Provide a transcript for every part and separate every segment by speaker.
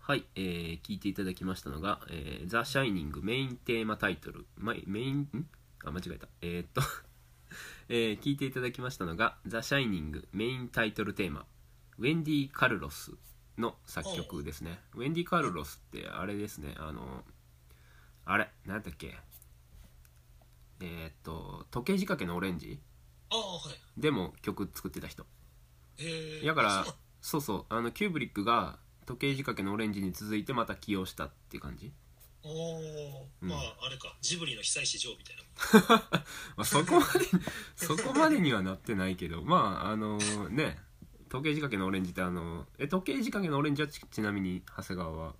Speaker 1: はい、えー聞いていただきましたのが「えー、ザ・シャイニング」メインテーマタイトルマイメインんあ間違えたえーっと、 えー聞いていただきましたのが「ザ・シャイニング」メインタイトルテーマウェンディ・カルロスの作曲ですねウェンディ・カルロスってあれですねあのあれなんだっけえーっと時計仕掛けのオレンジ
Speaker 2: ああはい
Speaker 1: でも曲作ってた人
Speaker 2: えー、
Speaker 1: だか
Speaker 2: あ
Speaker 1: らそ
Speaker 2: そう
Speaker 1: うそうあのキューブリックが時計仕掛けのオレンジに続いてまた起用したっていう感じ、
Speaker 2: おお、
Speaker 1: うん
Speaker 2: まああれかジブリの久石譲みたいなもん
Speaker 1: まあ、そ こまでそこまでにはなってないけどまああのね時計仕掛けのオレンジってあのえ時計仕掛けのオレンジはちちなみに長谷川は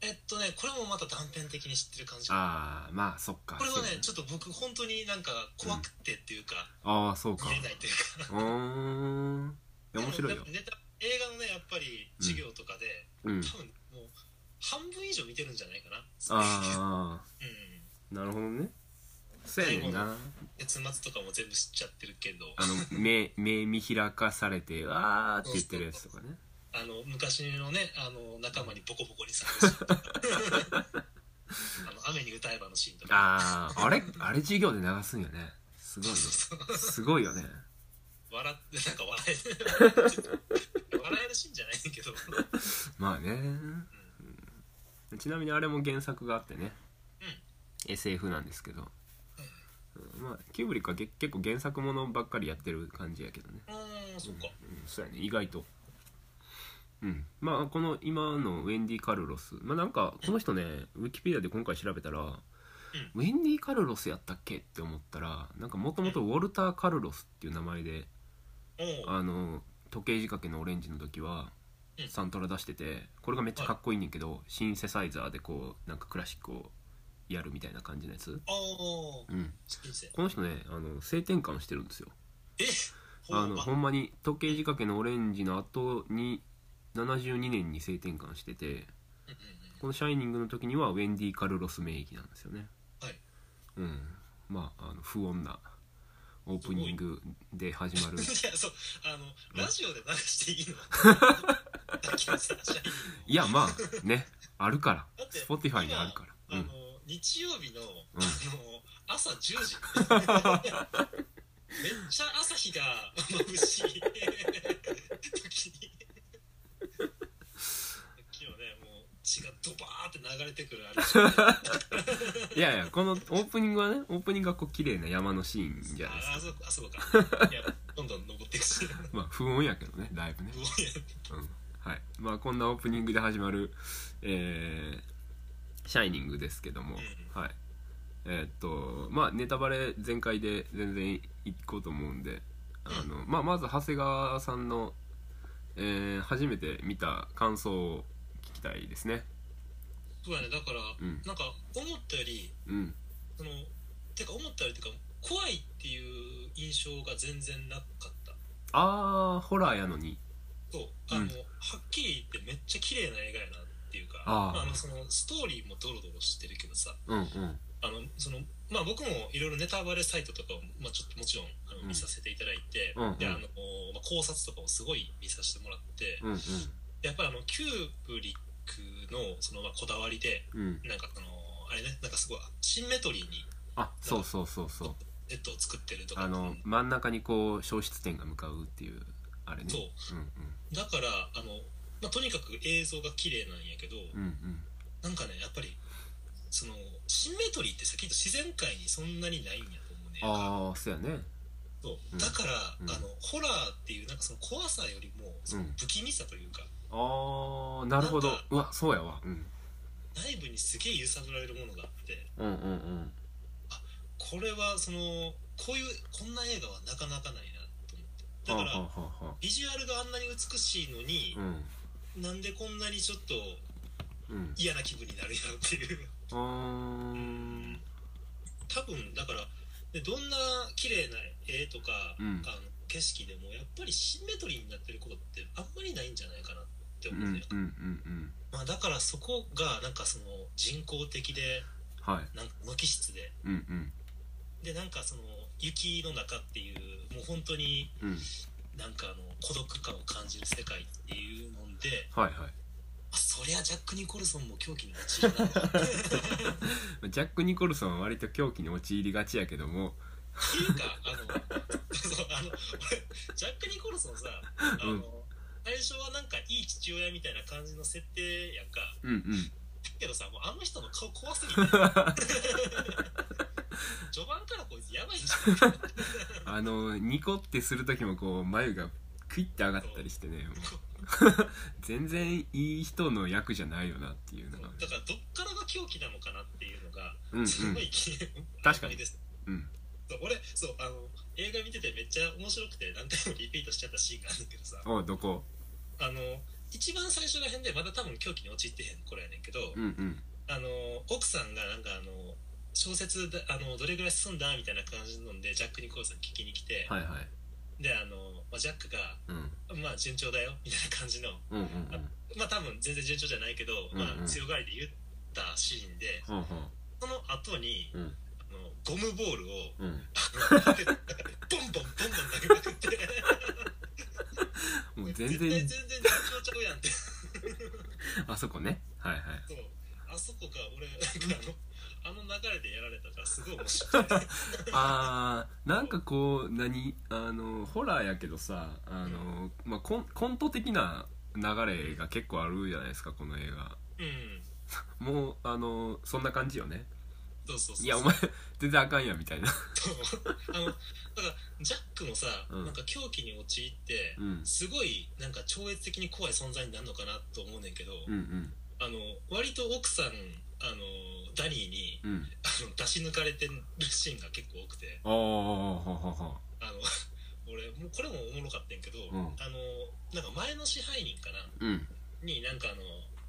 Speaker 2: えっとねこれもまた断片的に知ってる感じこ
Speaker 1: ああまあそっか
Speaker 2: れは
Speaker 1: そう
Speaker 2: ね
Speaker 1: だ
Speaker 2: ちょっと僕本当になんか怖くてっていうか、
Speaker 1: ああそうか
Speaker 2: 見れないというか
Speaker 1: うーんいや面白いよ
Speaker 2: でもやっぱネタ映画のねやっぱり授業とかで、
Speaker 1: うん
Speaker 2: 多分もう半分以上見てるんじゃないかな
Speaker 1: あ
Speaker 2: うん
Speaker 1: あなるほどねそうやねんな
Speaker 2: 結末とかも全部知っちゃってるけど
Speaker 1: あの目目見開かされてわーって言ってるやつとかね
Speaker 2: あの昔のねあの仲間にボコボコにされるシーンとかあの雨に歌えばのシーンとか
Speaker 1: あああれあれ授業で流すんよねすごい
Speaker 2: そう
Speaker 1: ね
Speaker 2: そうそう
Speaker 1: すごいよね
Speaker 2: 笑って なんか笑 える笑えるシーンじゃないけど
Speaker 1: まあね、うんちなみにあれも原作があってね、SF なんですけど、うんまあキューブリックはげ結構原作ものばっかりやってる感じやけどね、
Speaker 2: うんそっか
Speaker 1: うん、そうやね意外とうんまあこの今のウェンディ・カルロスまあなんかこの人ねウィキペディアで今回調べたら、ウェンディ・カルロスやったっけって思ったらなんかもともとウォルター・カルロスっていう名前で
Speaker 2: おう
Speaker 1: あの時計仕掛けのオレンジの時は
Speaker 2: うん
Speaker 1: サントラ出しててこれがめっちゃかっこいいねんけどシンセサイザーでこうなんかクラシックをやるみたいな感じのやつ、
Speaker 2: おう
Speaker 1: うん、
Speaker 2: 人生
Speaker 1: この人ねあの性転換してるんですよ
Speaker 2: え
Speaker 1: あの
Speaker 2: ほ
Speaker 1: ほ
Speaker 2: うん
Speaker 1: まに時計仕掛けのオレンジの後に72年に性転換してて
Speaker 2: うんうん
Speaker 1: この「シャイニング」の時にはウェンディ・カルロス名義なんですよね
Speaker 2: はい
Speaker 1: うんまああの不穏なオープニングで始まる
Speaker 2: いやそうあのラジオで流して いいのだけどさシャイニング
Speaker 1: いやまあねあるから
Speaker 2: だって
Speaker 1: Spotify にあるから
Speaker 2: あ
Speaker 1: う
Speaker 2: の
Speaker 1: ん
Speaker 2: 日曜日の,、
Speaker 1: ん
Speaker 2: あの朝10時 めっちゃ朝日が眩しい時に今日ねもう血がドバーって流れてくるあれでしょ
Speaker 1: いやいやこのオープニングはねオープニングがこう綺麗な山のシーンじゃないです
Speaker 2: あ
Speaker 1: か
Speaker 2: あそうあそうかいやどんどん登っていくしう
Speaker 1: まあ不穏やけどねだいぶね
Speaker 2: おや
Speaker 1: うんはいまあこんなオープニングで始まるえーシャイニング」ですけども、
Speaker 2: う
Speaker 1: はいえーっとまあネタバレ全開で全然いこうと思うんであの、まあ、まず長谷川さんの、えー初めて見た感想を聞きたいですね
Speaker 2: そうやねだから、
Speaker 1: うん
Speaker 2: なんか思ったより
Speaker 1: うん
Speaker 2: そのてか思ったよりてか怖いっていう印象が全然なかった
Speaker 1: ああホラーやのに
Speaker 2: そうあの、
Speaker 1: うん
Speaker 2: はっきり言ってめっちゃ綺麗な映画やなっていうか
Speaker 1: あー
Speaker 2: のそのストーリーもドロドロしてるけどさ
Speaker 1: うんうん
Speaker 2: あのそのまあ、僕もいろいろネタバレサイトとかを、まあ、ちょっともちろんあの、
Speaker 1: うん
Speaker 2: 見させていただいて、
Speaker 1: うんうん
Speaker 2: であのまあ、考察とかをすごい見させてもらって、
Speaker 1: うん
Speaker 2: やっぱりあのキューブリックのその、まあ、こだわりで
Speaker 1: うんうん
Speaker 2: なんかあのあれねなんかすごいシンメトリーに
Speaker 1: あそうそうそうそう
Speaker 2: ネットを作ってるとか
Speaker 1: あの真ん中にこう消失点が向かうっていうあれね
Speaker 2: そ
Speaker 1: う
Speaker 2: う
Speaker 1: ん
Speaker 2: だからあの、まあ、とにかく映像が綺麗なんやけど、
Speaker 1: うんうん
Speaker 2: なんかねやっぱりそのシンメトリーってさきっと自然界にそんなにないんやと思うね
Speaker 1: うんああそうやね
Speaker 2: そう
Speaker 1: うん
Speaker 2: だから、
Speaker 1: うん
Speaker 2: あのホラーっていうなんかその怖さよりもその
Speaker 1: うん
Speaker 2: 不気味さというか、
Speaker 1: ああなるほど
Speaker 2: なんか
Speaker 1: うわそうやわ、うん、
Speaker 2: 内部にすげえ揺さぶられるものがあって
Speaker 1: うんうんうん
Speaker 2: これはそのこういうこんな映画はなかなかないなと思ってだ
Speaker 1: はあ
Speaker 2: か
Speaker 1: はあはあは
Speaker 2: らビジュアルがあんなに美しいのに
Speaker 1: あう、ん
Speaker 2: なんでこんなにちょっと
Speaker 1: うん
Speaker 2: 嫌な気分になるやろっていう
Speaker 1: うーん
Speaker 2: 多分だからでどんな綺麗な絵とか、
Speaker 1: うん
Speaker 2: あの景色でもやっぱりシンメトリーになってることってあんまりないんじゃないかなって
Speaker 1: うん
Speaker 2: 思
Speaker 1: う
Speaker 2: う
Speaker 1: ん
Speaker 2: んだよ、
Speaker 1: うん
Speaker 2: まあ、だからそこがなんかその人工的で
Speaker 1: はい
Speaker 2: なんか無機質で
Speaker 1: うんうん
Speaker 2: でなんかその雪の中っていうもう本当に
Speaker 1: うん
Speaker 2: なんかあの孤独感を感じる世界っていうので
Speaker 1: はいはい
Speaker 2: あそりゃジャック・ニコルソンも狂気に陥るだろうって
Speaker 1: ジャック・ニコルソンは割と狂気に陥りがちやけども
Speaker 2: いうかあの そうあの俺ジャック・ニコルソンさあの、
Speaker 1: うん
Speaker 2: 最初はなんかいい父親みたいな感じの設定やんか
Speaker 1: うんうん
Speaker 2: だけどさもうあの人の顔怖すぎ て序盤からこいつやばいんじゃん
Speaker 1: あのニコってする時もこう眉がクイッて上がったりしてねもう全然いい人の役じゃないよなっていうのが
Speaker 2: だからどっからが狂気なのかなっていうのが
Speaker 1: うんうん
Speaker 2: すごい気に
Speaker 1: 確かに
Speaker 2: です
Speaker 1: うん
Speaker 2: そう俺そうあの映画見ててめっちゃ面白くて何回もリピートしちゃったシーンがあるんだけどさ
Speaker 1: おうどこ
Speaker 2: あの一番最初ら辺でまだ多分狂気に陥ってへん頃やねんけど、
Speaker 1: うんうん
Speaker 2: あの奥さんがなんかあの小説だあのどれぐらい進んだみたいな感じなんでジャック・ニコルソン聞きに来て、
Speaker 1: はいはい
Speaker 2: であの、まあ、ジャックが
Speaker 1: うん
Speaker 2: 「まあ順調だよ」みたいな感じの
Speaker 1: うんうんうん
Speaker 2: まあ多分全然順調じゃないけど、
Speaker 1: うんう
Speaker 2: ま
Speaker 1: ん
Speaker 2: あ、強がりで言ったシーンで
Speaker 1: ほうほ
Speaker 2: その後に
Speaker 1: ううん
Speaker 2: あのゴムボールを
Speaker 1: うん
Speaker 2: あのボンボンボンボン投げまくって
Speaker 1: もう全
Speaker 2: 絶対全
Speaker 1: 然
Speaker 2: 然順調ちゃうやんって
Speaker 1: あそこねはいはい
Speaker 2: そうあそこが俺なんかあのあの流れでやられたからすごい面白い
Speaker 1: あーなんかこう何あのホラーやけどさあの、まあ、コンコント的な流れが結構あるじゃないですかこの映画
Speaker 2: うん
Speaker 1: もうあのそんな感じよね
Speaker 2: そうそうそう
Speaker 1: いやお前全然あかんやみたいな
Speaker 2: そうあのだからジャックもさ、
Speaker 1: うん
Speaker 2: なんか狂気に陥って、
Speaker 1: うん
Speaker 2: すごいなんか超越的に怖い存在になるのかなと思うねんけど、
Speaker 1: うん
Speaker 2: あの割と奥さんあのダニーに
Speaker 1: うんうん
Speaker 2: あの出し抜かれてるシーンが結構多くて
Speaker 1: ああほうほうほ
Speaker 2: あの 俺もうこれもおもろかったんやけど、
Speaker 1: うん
Speaker 2: あのなんか前の支配人かな
Speaker 1: ううん
Speaker 2: になんかあの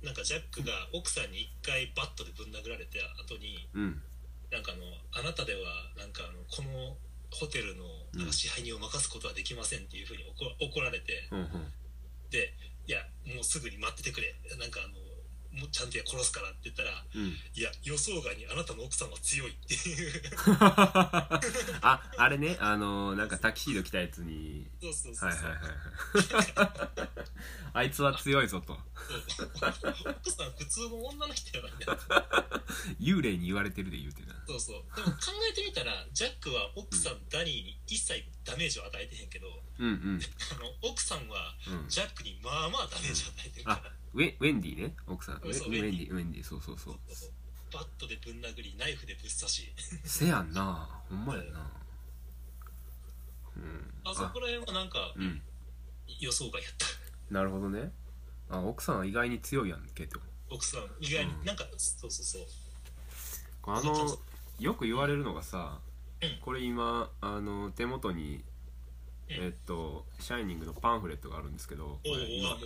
Speaker 2: なんかジャックが奥さんに1回バットでぶん殴られて後に
Speaker 1: うん
Speaker 2: なんかあのあなたではなんかあのこのホテルのなんか支配人を任すことはできませんっていうふうに怒怒られて
Speaker 1: ほうほう
Speaker 2: でいやもうすぐに待っててくれなんかあのもうちゃんと殺すからって言ったら
Speaker 1: うん
Speaker 2: いや予想外にあなたの奥さんは強いっていう
Speaker 1: ああれねあのなんかタキシード着たやつに
Speaker 2: そうそうそ
Speaker 1: は
Speaker 2: う
Speaker 1: いはい
Speaker 2: そう、
Speaker 1: はいはいあいつは強いぞと
Speaker 2: そう奥さん普通の女の人やないな
Speaker 1: 幽霊に言われてるで言うてな
Speaker 2: そうそうでも考えてみたらジャックは奥さんダニーに一切ダメージを与えてへんけど
Speaker 1: うんうん
Speaker 2: あの奥さんは
Speaker 1: うん
Speaker 2: ジャックにまあまあダメージを与えてる
Speaker 1: あ
Speaker 2: から
Speaker 1: ウェウェンディね奥さんウェ
Speaker 2: そう
Speaker 1: ウェンディウ
Speaker 2: ウェンデ
Speaker 1: ェンディそうそうそう
Speaker 2: バットでぶん殴りナイフでぶっ刺し
Speaker 1: せやんなほんまやなうん
Speaker 2: あそこら辺はなんか
Speaker 1: うん
Speaker 2: 予想外やった
Speaker 1: なるほどねあ奥さんは意外に強いやんけと
Speaker 2: 奥さん意
Speaker 1: う
Speaker 2: 外
Speaker 1: ん
Speaker 2: になんかそうそうそう
Speaker 1: あのよく言われるのがさ
Speaker 2: うん
Speaker 1: これ今あの手元にえっと「シャイニング」のパンフレットがあるんですけど
Speaker 2: おうお
Speaker 1: これ今
Speaker 2: うもう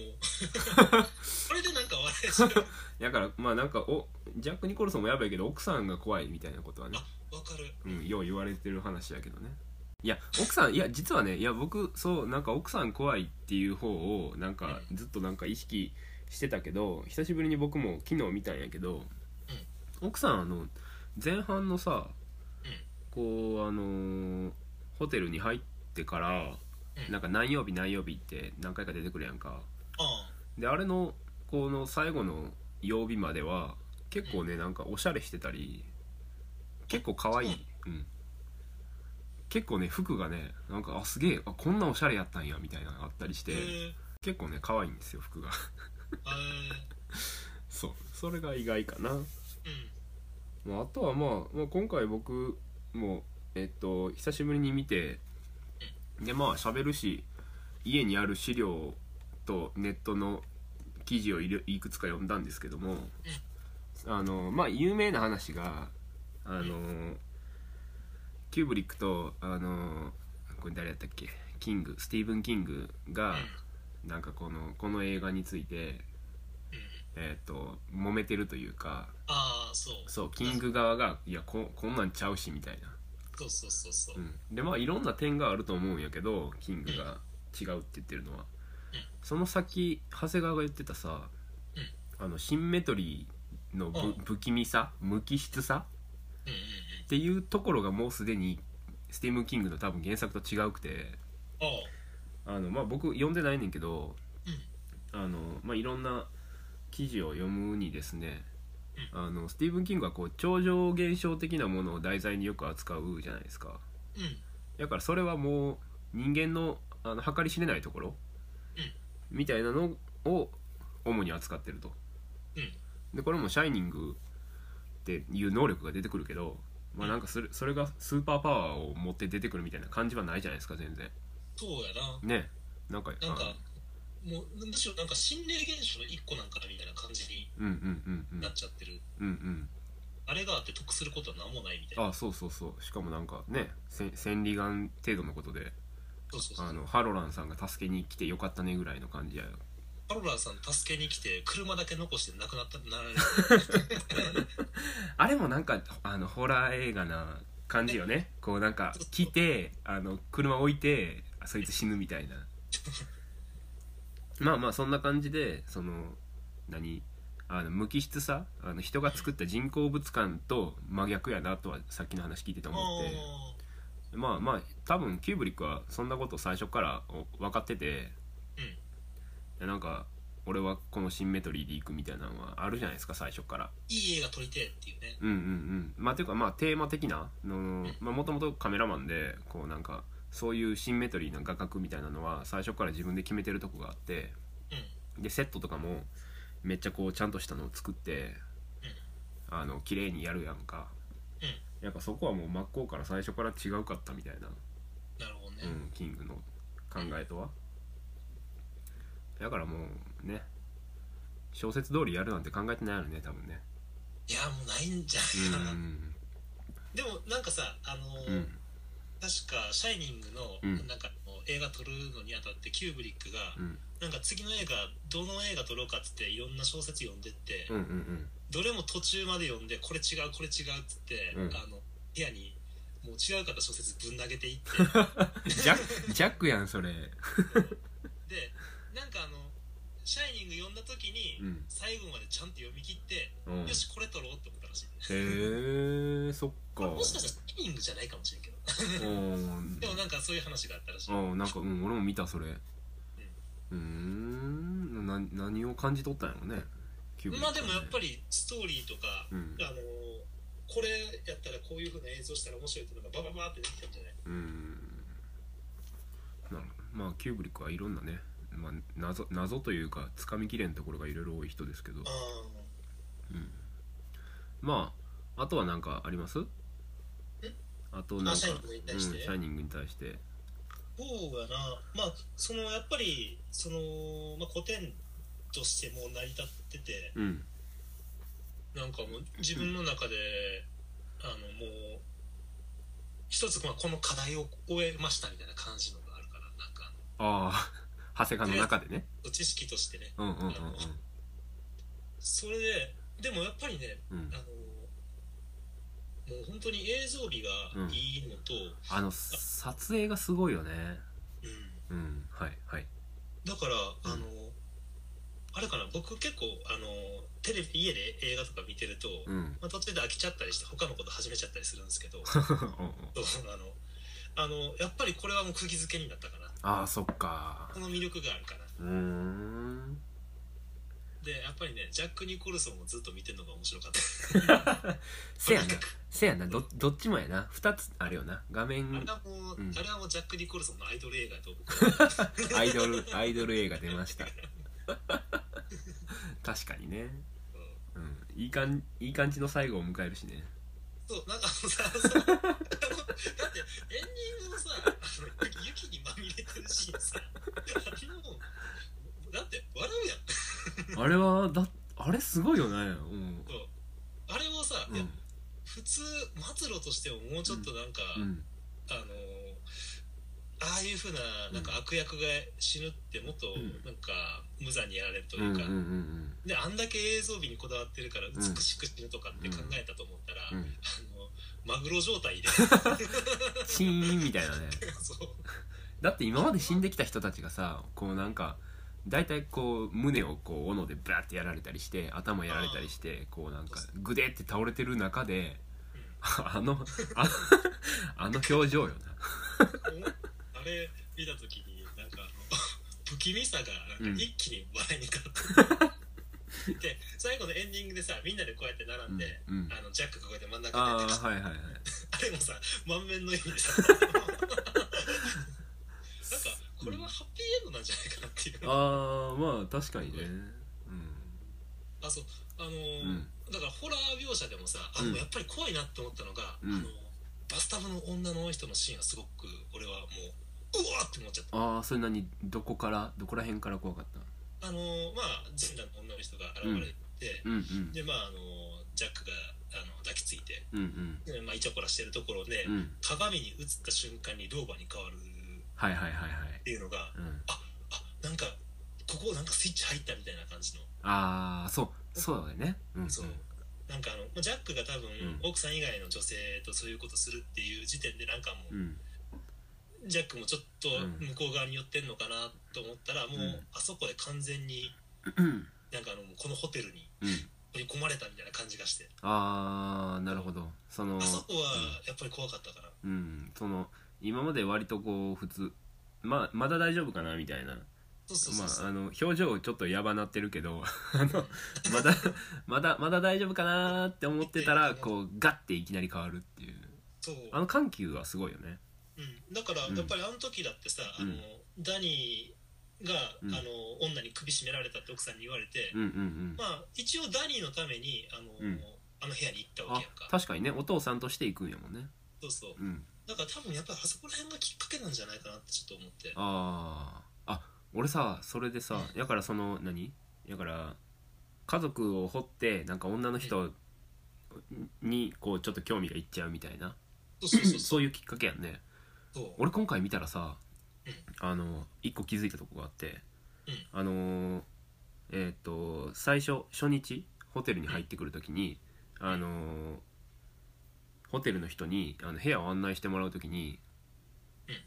Speaker 2: これでなんか笑いちゃう
Speaker 1: だからまあなんかおジャック・ニコルソンもやばいけど奥さんが怖いみたいなことはね
Speaker 2: わかる
Speaker 1: うん、よう言われてる話やけどねいや奥さんいや実はねいや僕そうなんか奥さん怖いっていう方をなんかずっとなんか意識してたけど久しぶりに僕も昨日見たんやけど、奥さんあの前半のさ、こうあのーホテルに入ってから、
Speaker 2: うん
Speaker 1: なんか何曜日何曜日って何回か出てくるやんか、
Speaker 2: あ
Speaker 1: であれのこの最後の曜日までは結構ねなんかおしゃれしてたり結構可愛い、うん、結構ね服がねなんかあすげえあこんなおしゃれやったんやみたいなのがあったりし
Speaker 2: へ
Speaker 1: て
Speaker 2: え
Speaker 1: 結構ね可愛いんですよ服が そうそれが意外かな、
Speaker 2: うん
Speaker 1: まあ、あとは、まあ、まあ今回僕もえっと久しぶりに見てでまあ喋るし家にある資料とネットの記事をいるいくつか読んだんですけどもあのまあ有名な話があのキューブリックとあのこれ誰やったっけキングスティーブン・キングがなんかこのこの映画についてえっと揉めてるというか
Speaker 2: ああそう
Speaker 1: そうキング側がいやここんなんちゃうしみたいな
Speaker 2: そうそうそうそう
Speaker 1: うん、でまあいろんな点があると思うんやけどキングが違うって言ってるのは、その先長谷川が言ってたさ、あのシンメトリーのぶ、
Speaker 2: うん
Speaker 1: 不気味さ無機質さ
Speaker 2: うんうん
Speaker 1: っていうところがもうすでにスティーム・キングの多分原作と違うくて
Speaker 2: うんああ
Speaker 1: あの、まあ、僕読んでないねんけど
Speaker 2: うん
Speaker 1: あの、まあ、いろんな記事を読むにですねあのスティーブン・キングはこう超常現象的なものを題材によく扱うじゃないですか
Speaker 2: うん
Speaker 1: だからそれはもう人間のあの計り知れないところみたいなのを主に扱ってると
Speaker 2: うん
Speaker 1: でこれも「シャイニング」っていう能力が出てくるけど、まあ、なんかそれそれがスーパーパワーを持って出てくるみたいな感じはないじゃないですか全然
Speaker 2: そうやな
Speaker 1: ねなんか
Speaker 2: なん
Speaker 1: あ
Speaker 2: かもうむしろなんか心霊現象の一個なんかなみたいな感じに
Speaker 1: うんうんうんうん
Speaker 2: なっちゃってる、
Speaker 1: うんうん
Speaker 2: あれがあって得することは何もないみたいな
Speaker 1: あそうそうそうしかもなんかねせん千里眼程度のことで
Speaker 2: そうそうそう
Speaker 1: あのハロランさんが助けに来てよかったねぐらいの感じや
Speaker 2: パロラーさん助けに来て車だけ残して亡くなったなられる
Speaker 1: あれもなんかあのホラー映画な感じよねこうなんか来てあの車置いてあそいつ死ぬみたいな まあまあそんな感じでその何あの無機質さあの人が作った人工物感と真逆やなとはさっきの話聞いてて
Speaker 2: あ
Speaker 1: 思ってまあまあ多分キューブリックはそんなこと最初から分かってて、
Speaker 2: うん
Speaker 1: いやなんか俺はこのシンメトリーで行くみたいなのはあるじゃないですか最初から
Speaker 2: ーいい映画撮りてえっていうね
Speaker 1: うんうんうんまあていうかまあテーマ的なのもともとカメラマンでこうなんかそういうシンメトリーな画角みたいなのは最初から自分で決めてるとこがあって
Speaker 2: う
Speaker 1: でセットとかもめっちゃこうちゃんとしたのを作ってあの綺麗にやるやんか
Speaker 2: んうん
Speaker 1: やっぱそこはもう真っ向から最初から違うかったみたいな
Speaker 2: なるほどね、
Speaker 1: うん、キングの考えとはだからもうね小説通りやるなんて考えてないよね多分ね
Speaker 2: いやもうないんじゃ
Speaker 1: う
Speaker 2: ないかな、
Speaker 1: ん
Speaker 2: でもなんかさあの
Speaker 1: う
Speaker 2: ー
Speaker 1: ん
Speaker 2: 確か「シャイニングの」
Speaker 1: うん
Speaker 2: なんかこう映画撮るのにあたってキューブリックが、
Speaker 1: うん
Speaker 2: なんか次の映画どの映画撮ろうかっつっていろんな小説読んでって、
Speaker 1: うんうんうん
Speaker 2: どれも途中まで読んでこれ違うこれ違うっつって、
Speaker 1: うん
Speaker 2: あの部屋にもう違う方小説ぶん投げていって
Speaker 1: ジャックジャックやんそれ
Speaker 2: でなんかあの「シャイニング」読んだ時に、
Speaker 1: うん
Speaker 2: 最後までちゃんと読み切って、
Speaker 1: うん
Speaker 2: よしこれ撮ろうって思ったらしいね
Speaker 1: へえー、そっか
Speaker 2: もしかしたらシャイニングじゃないかもしれんけど
Speaker 1: うん
Speaker 2: でもなんかそういう話があったらしい
Speaker 1: あなんかうん俺も見たそれうーんな何を感じ取ったんやろねキューブリ
Speaker 2: ま
Speaker 1: ッ
Speaker 2: あ
Speaker 1: ク
Speaker 2: で
Speaker 1: はね
Speaker 2: もやっぱりストーリーとか、
Speaker 1: うん
Speaker 2: あのこれやったらこういうふうな映像したら面白いっていうのがバババーって出てきたんじゃない
Speaker 1: うんなるほどまあキューブリックはいろんなね、まあ、謎謎というかつかみきれんところがいろいろ多い人ですけど
Speaker 2: あ
Speaker 1: まああとは何かありますあとなん
Speaker 2: あ
Speaker 1: か
Speaker 2: シャイニングに対して
Speaker 1: うん、シャイニングに対して
Speaker 2: そうやなまあそのやっぱりその、まあ、古典としてもう成り立ってて
Speaker 1: うん
Speaker 2: なんかもう自分の中で、あのもう一つ、まあ、この課題を終えましたみたいな感じのがあるからなんか
Speaker 1: ああ長谷川の中でね
Speaker 2: 知識としてね
Speaker 1: うんうんうんうん
Speaker 2: それででもやっぱりね
Speaker 1: うん
Speaker 2: あのもう本当に映像美がいいのと、
Speaker 1: あの撮影がすごいよね
Speaker 2: うん
Speaker 1: うんはいはい
Speaker 2: だから、あのあれかな僕結構あのテレビ家で映画とか見てると、
Speaker 1: うんうん
Speaker 2: まあ、途中で飽きちゃったりして他のこと始めちゃったりするんですけ ど
Speaker 1: うん
Speaker 2: そうあのあのやっぱりこれはもう釘付けになったかな
Speaker 1: ああそっか
Speaker 2: この魅力があるかな
Speaker 1: うーん
Speaker 2: でやっぱりねジャック・ニコルソンをずっと見てるのが面白かった
Speaker 1: せや
Speaker 2: と
Speaker 1: な
Speaker 2: にかく
Speaker 1: せやなどどっちもやな2つあるよな画面
Speaker 2: あれはもう、
Speaker 1: うん
Speaker 2: あれはもうジャック・ニコルソンのアイドル映画と僕は
Speaker 1: アイドルアイドル映画出ました 確かにね、うん、いいかんいい感じの最後を迎えるしね
Speaker 2: そうなん かあのさそうだってエンディングのさあの雪にまみれてるシーンさあれもうだって笑うやん
Speaker 1: あれはだあれすごいよねうん
Speaker 2: そうあれをさ、
Speaker 1: う
Speaker 2: いや
Speaker 1: ん
Speaker 2: 普通末路としてももうちょっとなんか、
Speaker 1: うん
Speaker 2: あのーああいうふうななんか悪役が死ぬってもっと
Speaker 1: うん
Speaker 2: なんか無残にやられると
Speaker 1: う
Speaker 2: い
Speaker 1: ん
Speaker 2: う
Speaker 1: うん
Speaker 2: か、
Speaker 1: うん
Speaker 2: であんだけ映像美にこだわってるから
Speaker 1: ん
Speaker 2: 美しく死ぬとかって考えたと思ったら、
Speaker 1: う
Speaker 2: あの
Speaker 1: ん
Speaker 2: マグロ状態で
Speaker 1: チーンみたいなね
Speaker 2: そう
Speaker 1: だって今まで死んできた人たちがさこうなんか大体こう胸をこう斧でバーってやられたりして頭やられたりしてこうなんかグデって倒れてる中であのああの表情よな
Speaker 2: おあれ見た 時になんかあの不気味さがなんか一気に笑いに変わった、で最後のエンディングでさみんなでこうやって並んで、
Speaker 1: うんうん
Speaker 2: あのジャックがこうやって真ん中
Speaker 1: あ
Speaker 2: に出てき
Speaker 1: あはいはいはい
Speaker 2: あれもさ満面の意味でさなんかこれはハッピーエンドなんじゃないかなっていう
Speaker 1: ああまあ確かにねうん
Speaker 2: あそうあのー
Speaker 1: うん
Speaker 2: だからホラー描写でもさあ
Speaker 1: うん
Speaker 2: のやっぱり怖いなって思ったのが、
Speaker 1: うん
Speaker 2: あのバスタブの女の人のシーンはすごく俺はもううわーって思っちゃった
Speaker 1: ああそれ何どこからどこら辺から怖かった
Speaker 2: あのーまあ神社の女の人が現れて、
Speaker 1: うんうん
Speaker 2: でまああのージャックがあの抱きついて
Speaker 1: うんうん
Speaker 2: で、まあ、イチャコラしてるところで、
Speaker 1: うん
Speaker 2: 鏡に映った瞬間に老婆に変わるっ
Speaker 1: はいはいはいはい
Speaker 2: ていうのが
Speaker 1: うん
Speaker 2: あなんかここなんかスイッチ入ったみたいな感じの
Speaker 1: ああそうそうだよねうん
Speaker 2: そうなんかあのまあジャックが多
Speaker 1: うん
Speaker 2: 分、奥さん以外の女性とそういうことするっていう時点でなんかも
Speaker 1: う
Speaker 2: う、
Speaker 1: ん
Speaker 2: ジャックもちょっと
Speaker 1: うん
Speaker 2: 向こう側に寄ってんのかなと思ったら、もう、
Speaker 1: うん
Speaker 2: あそこで完全に
Speaker 1: うん
Speaker 2: なんかあのもうこのホテルに
Speaker 1: うん
Speaker 2: 取り込まれたみたいな感じがして、
Speaker 1: ああなるほどその
Speaker 2: あそこはやっぱり怖かったから、
Speaker 1: うんその今まで割とこう普通まあまだ大丈夫かなみたいな
Speaker 2: そうそうそうそう、
Speaker 1: まああの表情ちょっとやばなってるけど あのまだ まだまだ大丈夫かなーって思ってたらこうガッていきなり変わるっていう
Speaker 2: そう、
Speaker 1: あの緩急はすごいよね
Speaker 2: うん、だから
Speaker 1: うん
Speaker 2: やっぱりあの時だってさ、あの
Speaker 1: うん
Speaker 2: ダニーが、
Speaker 1: うん
Speaker 2: あの女に首絞められたって奥さんに言われて、
Speaker 1: うんうんうん
Speaker 2: まあ一応ダニーのためにあの、
Speaker 1: うん
Speaker 2: あの部屋に行ったわ
Speaker 1: あ
Speaker 2: けやんか
Speaker 1: 確かにねお父さんとして行くんやもんね
Speaker 2: そうそう
Speaker 1: うん
Speaker 2: だから多分やっぱりあそこら辺がきっかけなんじゃないかなってちょっと思って
Speaker 1: あーあ俺さそれでさ
Speaker 2: う
Speaker 1: やからその何やから家族を掘ってなんか女の人にこうちょっと興味がいっちゃうみたいな
Speaker 2: そうそうそうそ
Speaker 1: そうういうきっかけやんね
Speaker 2: そう
Speaker 1: 俺今回見たらさ
Speaker 2: うん
Speaker 1: あの一個気づいたとこがあって、
Speaker 2: うん
Speaker 1: あのーえっ、と最初初日ホテルに入ってくるときに、あのーホテルの人にあの部屋を案内してもらうときに、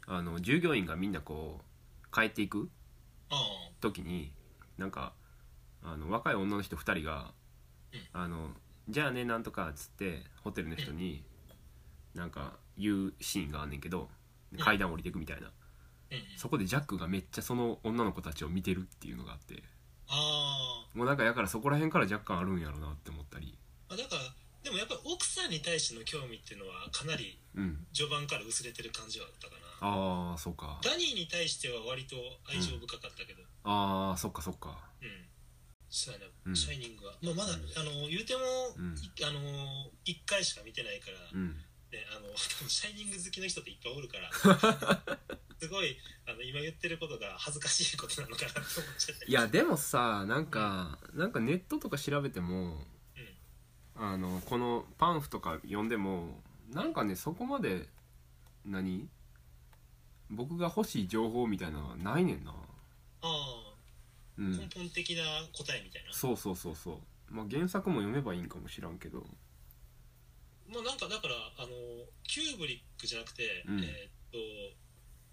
Speaker 1: あの従業員がみんなこう帰っていく
Speaker 2: あ
Speaker 1: ときになんかあの若い女の人2人が
Speaker 2: うん
Speaker 1: 「あのじゃあねなんとか」っつってホテルの人になんか言うシーンがあんねんけど
Speaker 2: ん
Speaker 1: 階段降りていくみたいな
Speaker 2: あうんうん
Speaker 1: そこでジャックがめっちゃその女の子たちを見てるっていうのがあって
Speaker 2: あ
Speaker 1: もうなんかやからそこら辺から若干あるんやろなって思ったり
Speaker 2: ーまあだからでもやっぱり奥さんに対しての興味っていうのはかなり
Speaker 1: うん
Speaker 2: 序盤から薄れてる感じはあったかな
Speaker 1: ああそうか
Speaker 2: ダニーに対しては割と愛情深かったけど
Speaker 1: ああそっかそっか
Speaker 2: うん、そうやね、
Speaker 1: うん
Speaker 2: シャイニングは、まあ、まだ、
Speaker 1: うん
Speaker 2: あの言うても、
Speaker 1: うん
Speaker 2: いあの1回しか見てないから、
Speaker 1: うん
Speaker 2: ね、あの 多分シャイニング好きの人っていっぱいおるから すごいあの今言ってることが恥ずかしいことなのかなって思っちゃったり
Speaker 1: いやでもさなんかなんかネットとか調べてもあのこのパンフとか読んでもなんかねそこまで何僕が欲しい情報みたいなのはないねんな
Speaker 2: あ
Speaker 1: う
Speaker 2: あ
Speaker 1: ん
Speaker 2: 根本的な答えみたいな、
Speaker 1: そうそうそうそうまあ原作も読めばいいんかもしらんけど
Speaker 2: まあ、なんかだからあのキューブリックじゃなくて、
Speaker 1: うん
Speaker 2: えーっと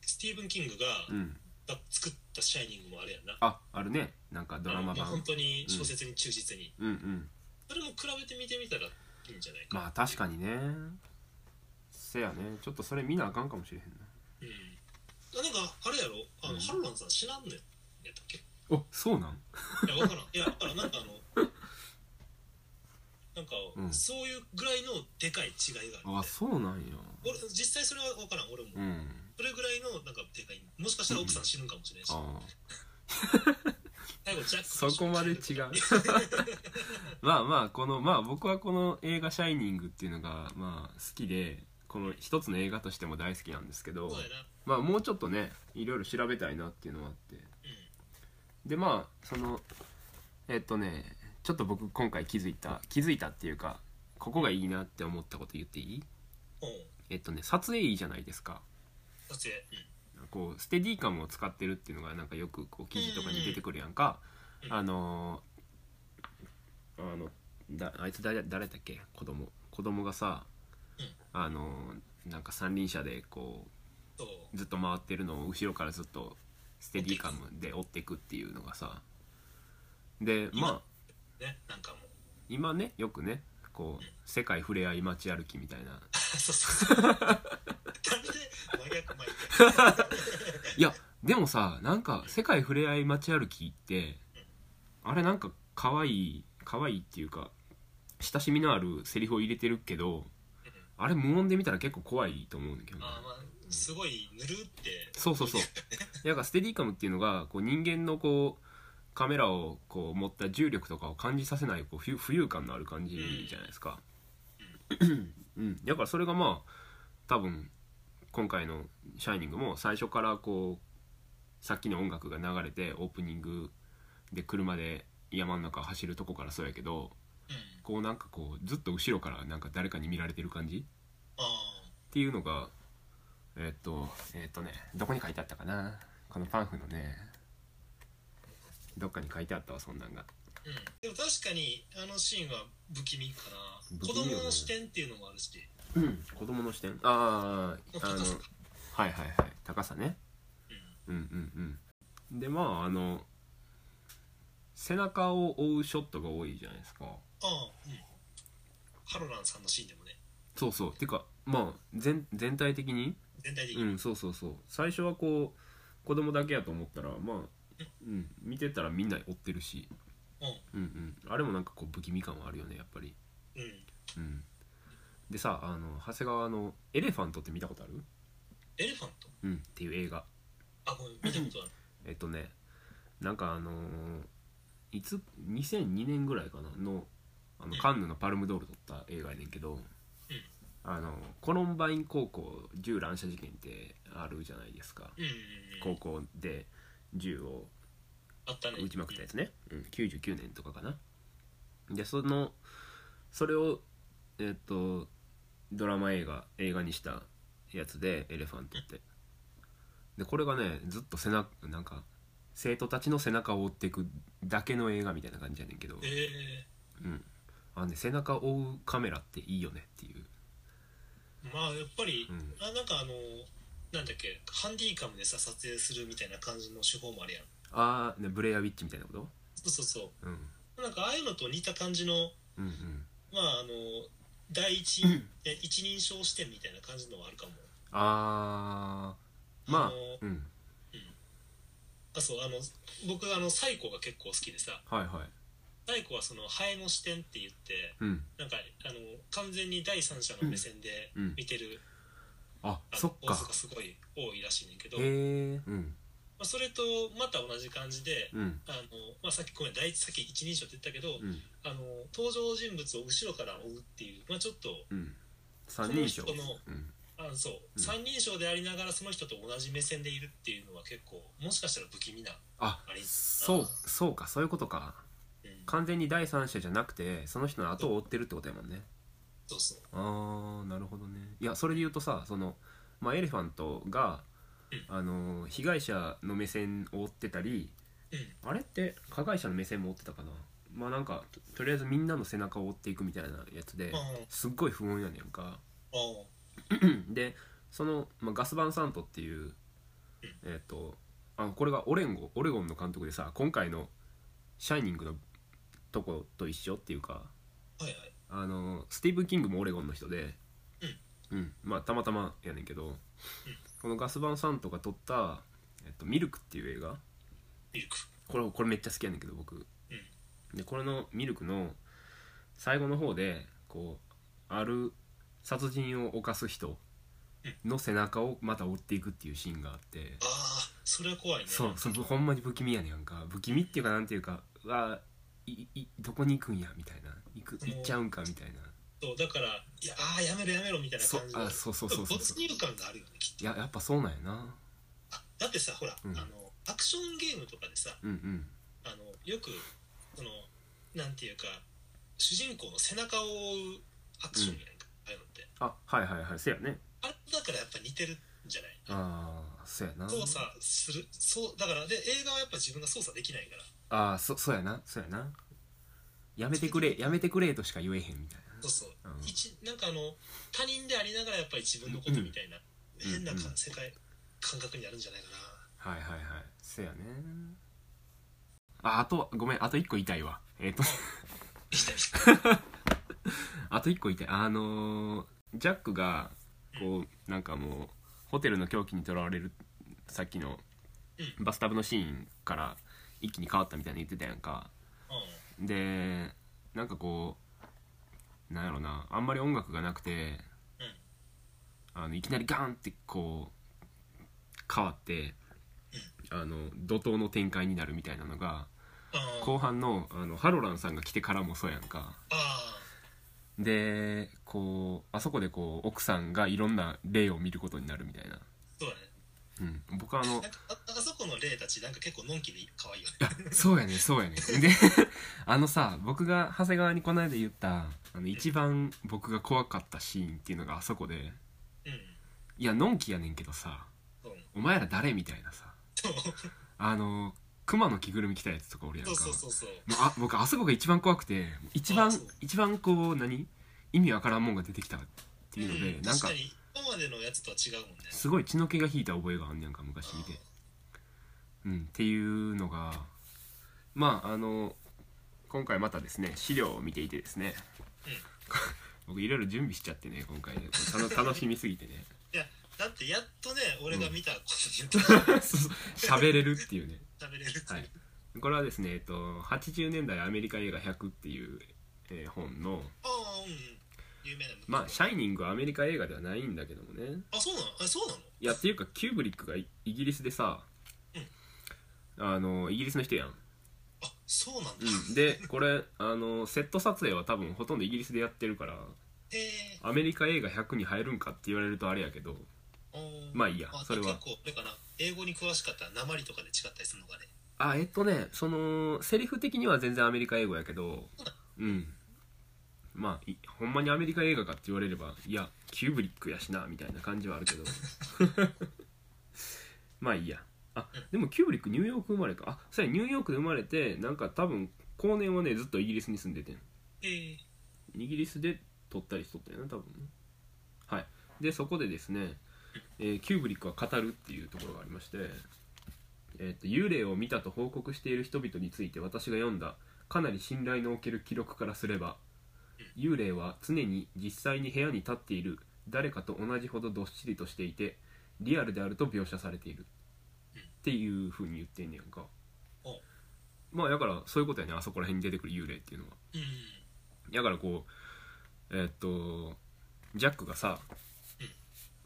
Speaker 2: スティーブン・キングが
Speaker 1: うん
Speaker 2: が作った「シャイニング」もあれやんな
Speaker 1: ああるねなんかドラマ
Speaker 2: あのまあ本
Speaker 1: 版
Speaker 2: 当に小説に忠実に、
Speaker 1: うんうん
Speaker 2: それも比べてみてみたらいいんじゃないかな
Speaker 1: まあ確かにねせやねちょっとそれ見なあかんかもしれへんな
Speaker 2: うん、あなんかあれやろあの、
Speaker 1: うん
Speaker 2: ハルランさん知らんのやったっけい
Speaker 1: おそうなん
Speaker 2: やわからんいやだからなんかあのなんか、
Speaker 1: うん
Speaker 2: そういうぐらいのでかい違いがある
Speaker 1: あそうなんや
Speaker 2: 俺実際それはわからん俺も、
Speaker 1: うん
Speaker 2: それぐらいのなんかでかいもしかしたら奥さん死ぬんかもしれんし、
Speaker 1: ああ
Speaker 2: 最後ジャック
Speaker 1: そこまで違う まあまあこのまあ僕はこの映画「シャイニング」っていうのがまあ好きでこの一つの映画としても大好きなんですけ
Speaker 2: そ
Speaker 1: ど
Speaker 2: うだよな
Speaker 1: まあもうちょっとねいろいろ調べたいなっていうのはあって
Speaker 2: う
Speaker 1: でまあそのえっとねちょっと僕今回気づいた気づいたっていうかここがいいなって思ったこと言っていい
Speaker 2: んうん
Speaker 1: えっとね撮影いいじゃないですか
Speaker 2: 撮影うん
Speaker 1: こうステディカムを使ってるっていうのがなんかよくこう記事とかに出てくるやんか、
Speaker 2: うん
Speaker 1: あのーあのだあいつ誰誰だっけ子供子供がさ、
Speaker 2: うん
Speaker 1: あのーなんか三輪車でこ
Speaker 2: そう
Speaker 1: うずっと回ってるのを後ろからずっとステディカムで追っていくっていうのがさでまあ
Speaker 2: ねなんかもう
Speaker 1: 今ねよくねこう世界ふれあい街歩きみたいな
Speaker 2: そうそうそう なんで真逆前行っ
Speaker 1: いやでもさなんか世界ふれあい街歩きってあれなんか可愛い可愛いっていうか親しみのあるセリフを入れてるけどあれ無音で見たら結構怖いと思うんだけどね
Speaker 2: ああまあすごいぬるって
Speaker 1: そうそうそうなんかステディカムっていうのがこう人間のこうカメラをこう持った重力とかを感じさせないこう浮浮遊感のある感じじゃないですかうんだからそれがまあ多分今回の「シャイニング」も最初からこうさっきの音楽が流れてオープニングで車で山の中を走るとこからそうやけど
Speaker 2: うん
Speaker 1: こうなんかこうずっと後ろからなんか誰かに見られてる感じ
Speaker 2: あ
Speaker 1: っていうのがえーっとえーっとねどこに書いてあったかなこのパンフのねどっかに書いてあったわそんなんが
Speaker 2: あうんでも確かにあのシーンは不気味かな
Speaker 1: 不気
Speaker 2: 子
Speaker 1: 味よね
Speaker 2: 供の視点っていうのもあるし
Speaker 1: 子供の視点あああの
Speaker 2: 高さ
Speaker 1: はいはいはい高さね
Speaker 2: うん
Speaker 1: うんうんうんでまああの背中を追うショットが多いじゃないですか
Speaker 2: ああうんハロランさんのシーンでもね
Speaker 1: そうそうてかまあ全全体的に
Speaker 2: 全体的
Speaker 1: う
Speaker 2: に
Speaker 1: んそうそうそう最初はこう子供だけやと思ったらまあ、うん、見てたらみんな追ってるし
Speaker 2: うん
Speaker 1: うんうんあれもなんかこう不気味感はあるよねやっぱり
Speaker 2: うん
Speaker 1: うんでさあの長谷川の「エレファント」って見たことある、
Speaker 2: エレファント
Speaker 1: うん、っていう映画
Speaker 2: あごめん見たことある
Speaker 1: えっとねなんかあのーいつ2002年ぐらいかなのあの
Speaker 2: うん
Speaker 1: カンヌのパルムドール撮った映画やねんけど、あのコロンバイン高校銃乱射事件ってあるじゃないですか
Speaker 2: うんうんう
Speaker 1: 高
Speaker 2: ん
Speaker 1: 校で銃を
Speaker 2: あったね
Speaker 1: 打ちまくったやつね、うん、99年とかかなでそのそれをえっとドラマ映画映画にしたやつで「エレファント」ってでこれがねずっと背中なんか生徒たちの背中を追っていくだけの映画みたいな感じやねんけど
Speaker 2: うん、え
Speaker 1: うん、あのね背中を追うカメラっていいよねっていう
Speaker 2: えまあやっぱり、
Speaker 1: うん
Speaker 2: あなんかあのなんだっけハンディカムでさ撮影するみたいな感じの手法もあるやん
Speaker 1: ああ、ね、ブレアウィッチみたいなこと、
Speaker 2: そうそうそう
Speaker 1: うん、
Speaker 2: なんかああいうのと似た感じの
Speaker 1: うんうん
Speaker 2: まああの第一、え一人称視点みたいな感じのはあるかも
Speaker 1: ああま
Speaker 2: あ
Speaker 1: あ
Speaker 2: の
Speaker 1: うん
Speaker 2: あそうあの僕あのサイコが結構好きでさ
Speaker 1: はいはい
Speaker 2: サイコはそのハエの視点って言って
Speaker 1: うん
Speaker 2: なんかあの完全に第三者の目線で
Speaker 1: うんうん
Speaker 2: 見てる、
Speaker 1: あ
Speaker 2: あの
Speaker 1: そっ
Speaker 2: 構
Speaker 1: か
Speaker 2: 図がすごい多いらしいねんけど、ま
Speaker 1: へえうん
Speaker 2: あ、それとまた同じ感じで、
Speaker 1: うん
Speaker 2: あのまあ、さっきごめん第一さっき一人称って言ったけど、
Speaker 1: うん
Speaker 2: あの登場人物を後ろから追うっていう、まあ、ちょっと
Speaker 1: うん三人称
Speaker 2: この人の
Speaker 1: うん
Speaker 2: あのそう、
Speaker 1: うん
Speaker 2: 三人称でありながらその人と同じ目線でいるっていうのは結構もしかしたら不気味な、
Speaker 1: あ
Speaker 2: あれ
Speaker 1: そうそうかそういうことか
Speaker 2: うん
Speaker 1: 完全に第三者じゃなくてその人の後を追ってるってことやもんね
Speaker 2: そうそう
Speaker 1: ああなるほどねいやそれで言うとさその、まあ、エレファントが
Speaker 2: うん
Speaker 1: あのー被害者の目線を追ってたり
Speaker 2: うん
Speaker 1: あれって加害者の目線も追ってたかなまあなんかととりあえずみんなの背中を追っていくみたいなやつで
Speaker 2: ああ
Speaker 1: すっごい不穏やねんか
Speaker 2: ああ
Speaker 1: でその、まあ、ガス・バンサントっていうえっ、とあこれがオレンゴオレゴンの監督でさ今回の「シャイニング」のとこと一緒っていうか
Speaker 2: はいはい
Speaker 1: あのスティーブン・キングもオレゴンの人で、うんまあたまたまやねんけど、このガス・バンサントが撮った「えっと、ミルク」っていう映画
Speaker 2: ミルク
Speaker 1: これこれめっちゃ好きやねんけど僕
Speaker 2: うん
Speaker 1: でこれの「ミルク」の最後の方でこうある殺人を犯す人の背中をまた追っていくっていうシーンがあって
Speaker 2: ああそれは怖いね
Speaker 1: そうそうほんまに不気味やねんか不気味っていうかなんていうかうわいいどこに行くんやみたいな行く行っちゃうんかみたいな
Speaker 2: そうだからいやああやめろやめろみたいな
Speaker 1: そ
Speaker 2: 感
Speaker 1: う
Speaker 2: じの
Speaker 1: あそうそうそうそう
Speaker 2: 没入感があるよねきっ
Speaker 1: いややっぱそうなんやな
Speaker 2: とあだってさほら、
Speaker 1: うん
Speaker 2: あのアクションゲームとかでさ
Speaker 1: うんうん
Speaker 2: あのよくそのなんていうか主人公の背中を追うアクションやんか、ああいうのって
Speaker 1: あはいはいはいせやね
Speaker 2: あれだからやっぱ似てるんじゃない
Speaker 1: ああそうやな
Speaker 2: 操作するそうだからで映画はやっぱ自分が操作できないから
Speaker 1: ああそそうやなそうやなやめてくれやめてくれとしか言えへんみたいな
Speaker 2: そうそう、
Speaker 1: うん
Speaker 2: 一なんかあの他人でありながらやっぱり自分のことみたいな、
Speaker 1: うん
Speaker 2: 変なか、
Speaker 1: うん
Speaker 2: 世界感覚になるんじゃないかな
Speaker 1: はいはいはいせやねああとごめんあと一個言いたいわえっ、と あと一個言いたいあのージャックがこうなんかもうホテルの狂気にとらわれるさっきのバスタブのシーンから一気に変わったみたいに言ってたやんか
Speaker 2: う
Speaker 1: でなんかこうなんやろなあんまり音楽がなくて
Speaker 2: うん
Speaker 1: あのいきなりガンってこう変わってあの怒涛の展開になるみたいなのが
Speaker 2: あー
Speaker 1: 後半のあのハロランさんが来てからもそうやんか
Speaker 2: あ
Speaker 1: でこうあそこでこう奥さんがいろんな例を見ることになるみたいな、
Speaker 2: ーそうだね
Speaker 1: うん、僕はあの
Speaker 2: なんかああそこの霊たちなんか結構のんきで可愛いよ
Speaker 1: い
Speaker 2: ね
Speaker 1: やそうやねそうやねで あのさ僕が長谷川にこの間言ったあの一番僕が怖かったシーンっていうのがあそこで
Speaker 2: うん
Speaker 1: いやのんきやねんけどさ
Speaker 2: そうね
Speaker 1: お前ら誰みたいな さあの熊の着ぐるみ着たやつとか俺やん
Speaker 2: そう
Speaker 1: か
Speaker 2: そうそうそう
Speaker 1: もうあ僕あそこが一番怖くて一番
Speaker 2: あそう
Speaker 1: 一番こう何意味わからんもんが出てきたっていうので、
Speaker 2: うん
Speaker 1: なん
Speaker 2: 確
Speaker 1: か
Speaker 2: かに今までのやつとは違うもんね
Speaker 1: すごい血の気が引いた覚えがあんねやんか昔見て、うん、っていうのがまああの今回またですね資料を見ていてですね、
Speaker 2: うん
Speaker 1: 僕いろいろ準備しちゃってね今回ねこれ楽 楽しみすぎてね
Speaker 2: いやだってやっとね俺が見たことによって
Speaker 1: そうそう喋れるっていうね
Speaker 2: 食べれるっていう、
Speaker 1: はいこれはですね、えっと、80年代アメリカ映画100っていう、えー本の
Speaker 2: ああうん有名な
Speaker 1: まあ「シャイニング」はアメリカ映画ではないんだけどもね
Speaker 2: あそうなのあそうなの
Speaker 1: いやっていうかキューブリックがイイギリスでさ
Speaker 2: うん
Speaker 1: あのイギリスの人やん
Speaker 2: あそうなんだ、
Speaker 1: うん、でこれあのセット撮影は多分ほとんどイギリスでやってるから
Speaker 2: へえ
Speaker 1: アメリカ映画100に入るんかって言われるとあれやけどまあいいやそれは
Speaker 2: 結構あれかな英語に詳しかったら鉛とかで違ったりするのがね
Speaker 1: あえっとねそのセリフ的には全然アメリカ英語やけどうんまあいほんまにアメリカ映画かって言われればいやキューブリックやしなみたいな感じはあるけど まあいいやあでもキューブリックニューヨーク生まれかあそうやニューヨークで生まれてなんか多分後年はねずっとイギリスに住んでてん
Speaker 2: へえ
Speaker 1: イギリスで撮ったりしとったよね多分ねはいでそこでですね、えーキューブリックは語るっていうところがありまして、えーと幽霊を見たと報告している人々について私が読んだかなり信頼のおける記録からすれば幽霊は常に実際に部屋に立っている誰かと同じほどどっしりとしていてリアルであると描写されているっていうふうに言ってんねやんか
Speaker 2: お
Speaker 1: まあだからそういうことやねあそこら辺に出てくる幽霊っていうのは
Speaker 2: うん
Speaker 1: だからこうえーっとジャックがさ